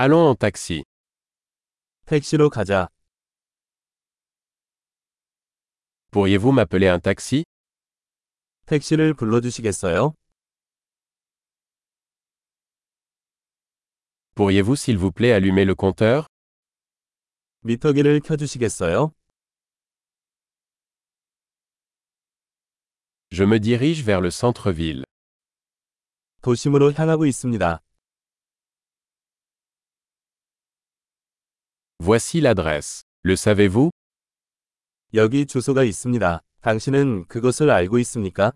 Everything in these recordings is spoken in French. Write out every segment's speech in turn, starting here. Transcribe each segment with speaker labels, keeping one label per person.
Speaker 1: Allons en taxi.
Speaker 2: 택시로 가자.
Speaker 1: Pourriez-vous m'appeler un taxi
Speaker 2: 택시를 불러주시겠어요?
Speaker 1: Pourriez-vous s'il vous plaît allumer le compteur
Speaker 2: 미터기를 켜주시겠어요?
Speaker 1: Je me dirige vers le centre-ville.
Speaker 2: 도심으로 향하고 있습니다.
Speaker 1: Voici l'adresse. Le savez-vous
Speaker 2: 여기 주소가 있습니다. 당신은 그것을 알고 있습니까?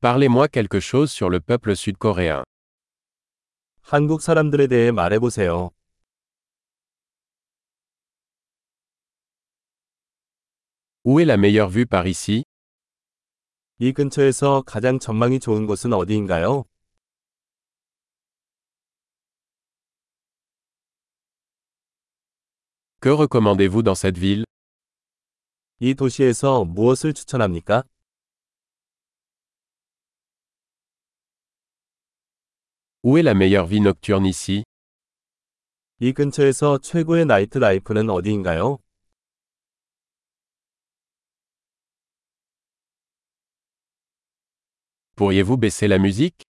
Speaker 1: Parlez-moi quelque chose sur le peuple sud-coréen.
Speaker 2: 한국 사람들에 대해 말해보세요.
Speaker 1: Où est la meilleure vue par ici
Speaker 2: 이 근처에서 가장 전망이 좋은 곳은 어디인가요?
Speaker 1: Que recommandez-vous dans cette ville
Speaker 2: 이 도시에서 무엇을 추천합니까?
Speaker 1: Où est la meilleure vie nocturne ici
Speaker 2: 이 근처에서 최고의 나이트 라이프는 어디인가요?
Speaker 1: Pourriez-vous baisser la musique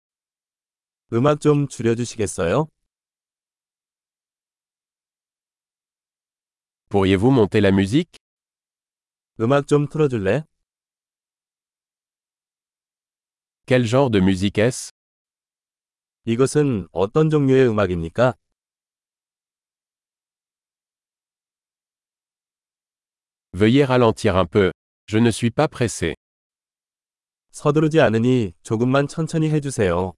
Speaker 2: 음악 좀 줄여주시겠어요?
Speaker 1: Pourriez-vous monter la musique
Speaker 2: 음악 좀 틀어줄래?
Speaker 1: Quel genre de musique est-ce
Speaker 2: 이것은 어떤 종류의 음악입니까?
Speaker 1: Veuillez ralentir un peu. Je ne suis pas pressé.
Speaker 2: 서두르지 않으니 조금만 천천히 해주세요.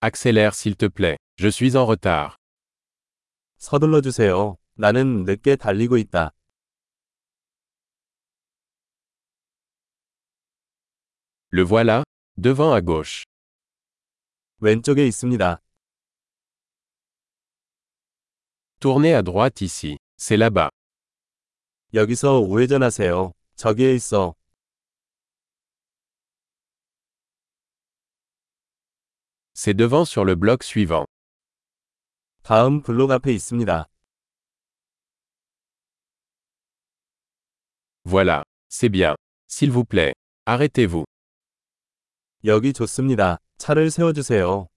Speaker 1: Accélère s'il te plaît. Je suis en retard.
Speaker 2: 서둘러 주세요. 나는 늦게 달리고 있다.
Speaker 1: Le voilà, devant à gauche.
Speaker 2: 왼쪽에 있습니다.
Speaker 1: Tournez à droite ici. C'est là-bas.
Speaker 2: 여기서 우회전하세요. 저기에 있어.
Speaker 1: C'est devant sur le bloc suivant.
Speaker 2: 다음 블록 앞에 있습니다.
Speaker 1: Voilà. C'est bien. S'il vous plaît. Arrêtez-vous.
Speaker 2: 여기 좋습니다. 차를 세워주세요.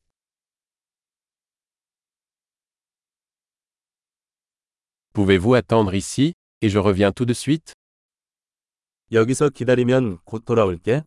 Speaker 1: Pouvez-vous attendre ici, et je reviens tout de suite
Speaker 2: 여기서 기다리면 곧 돌아올게.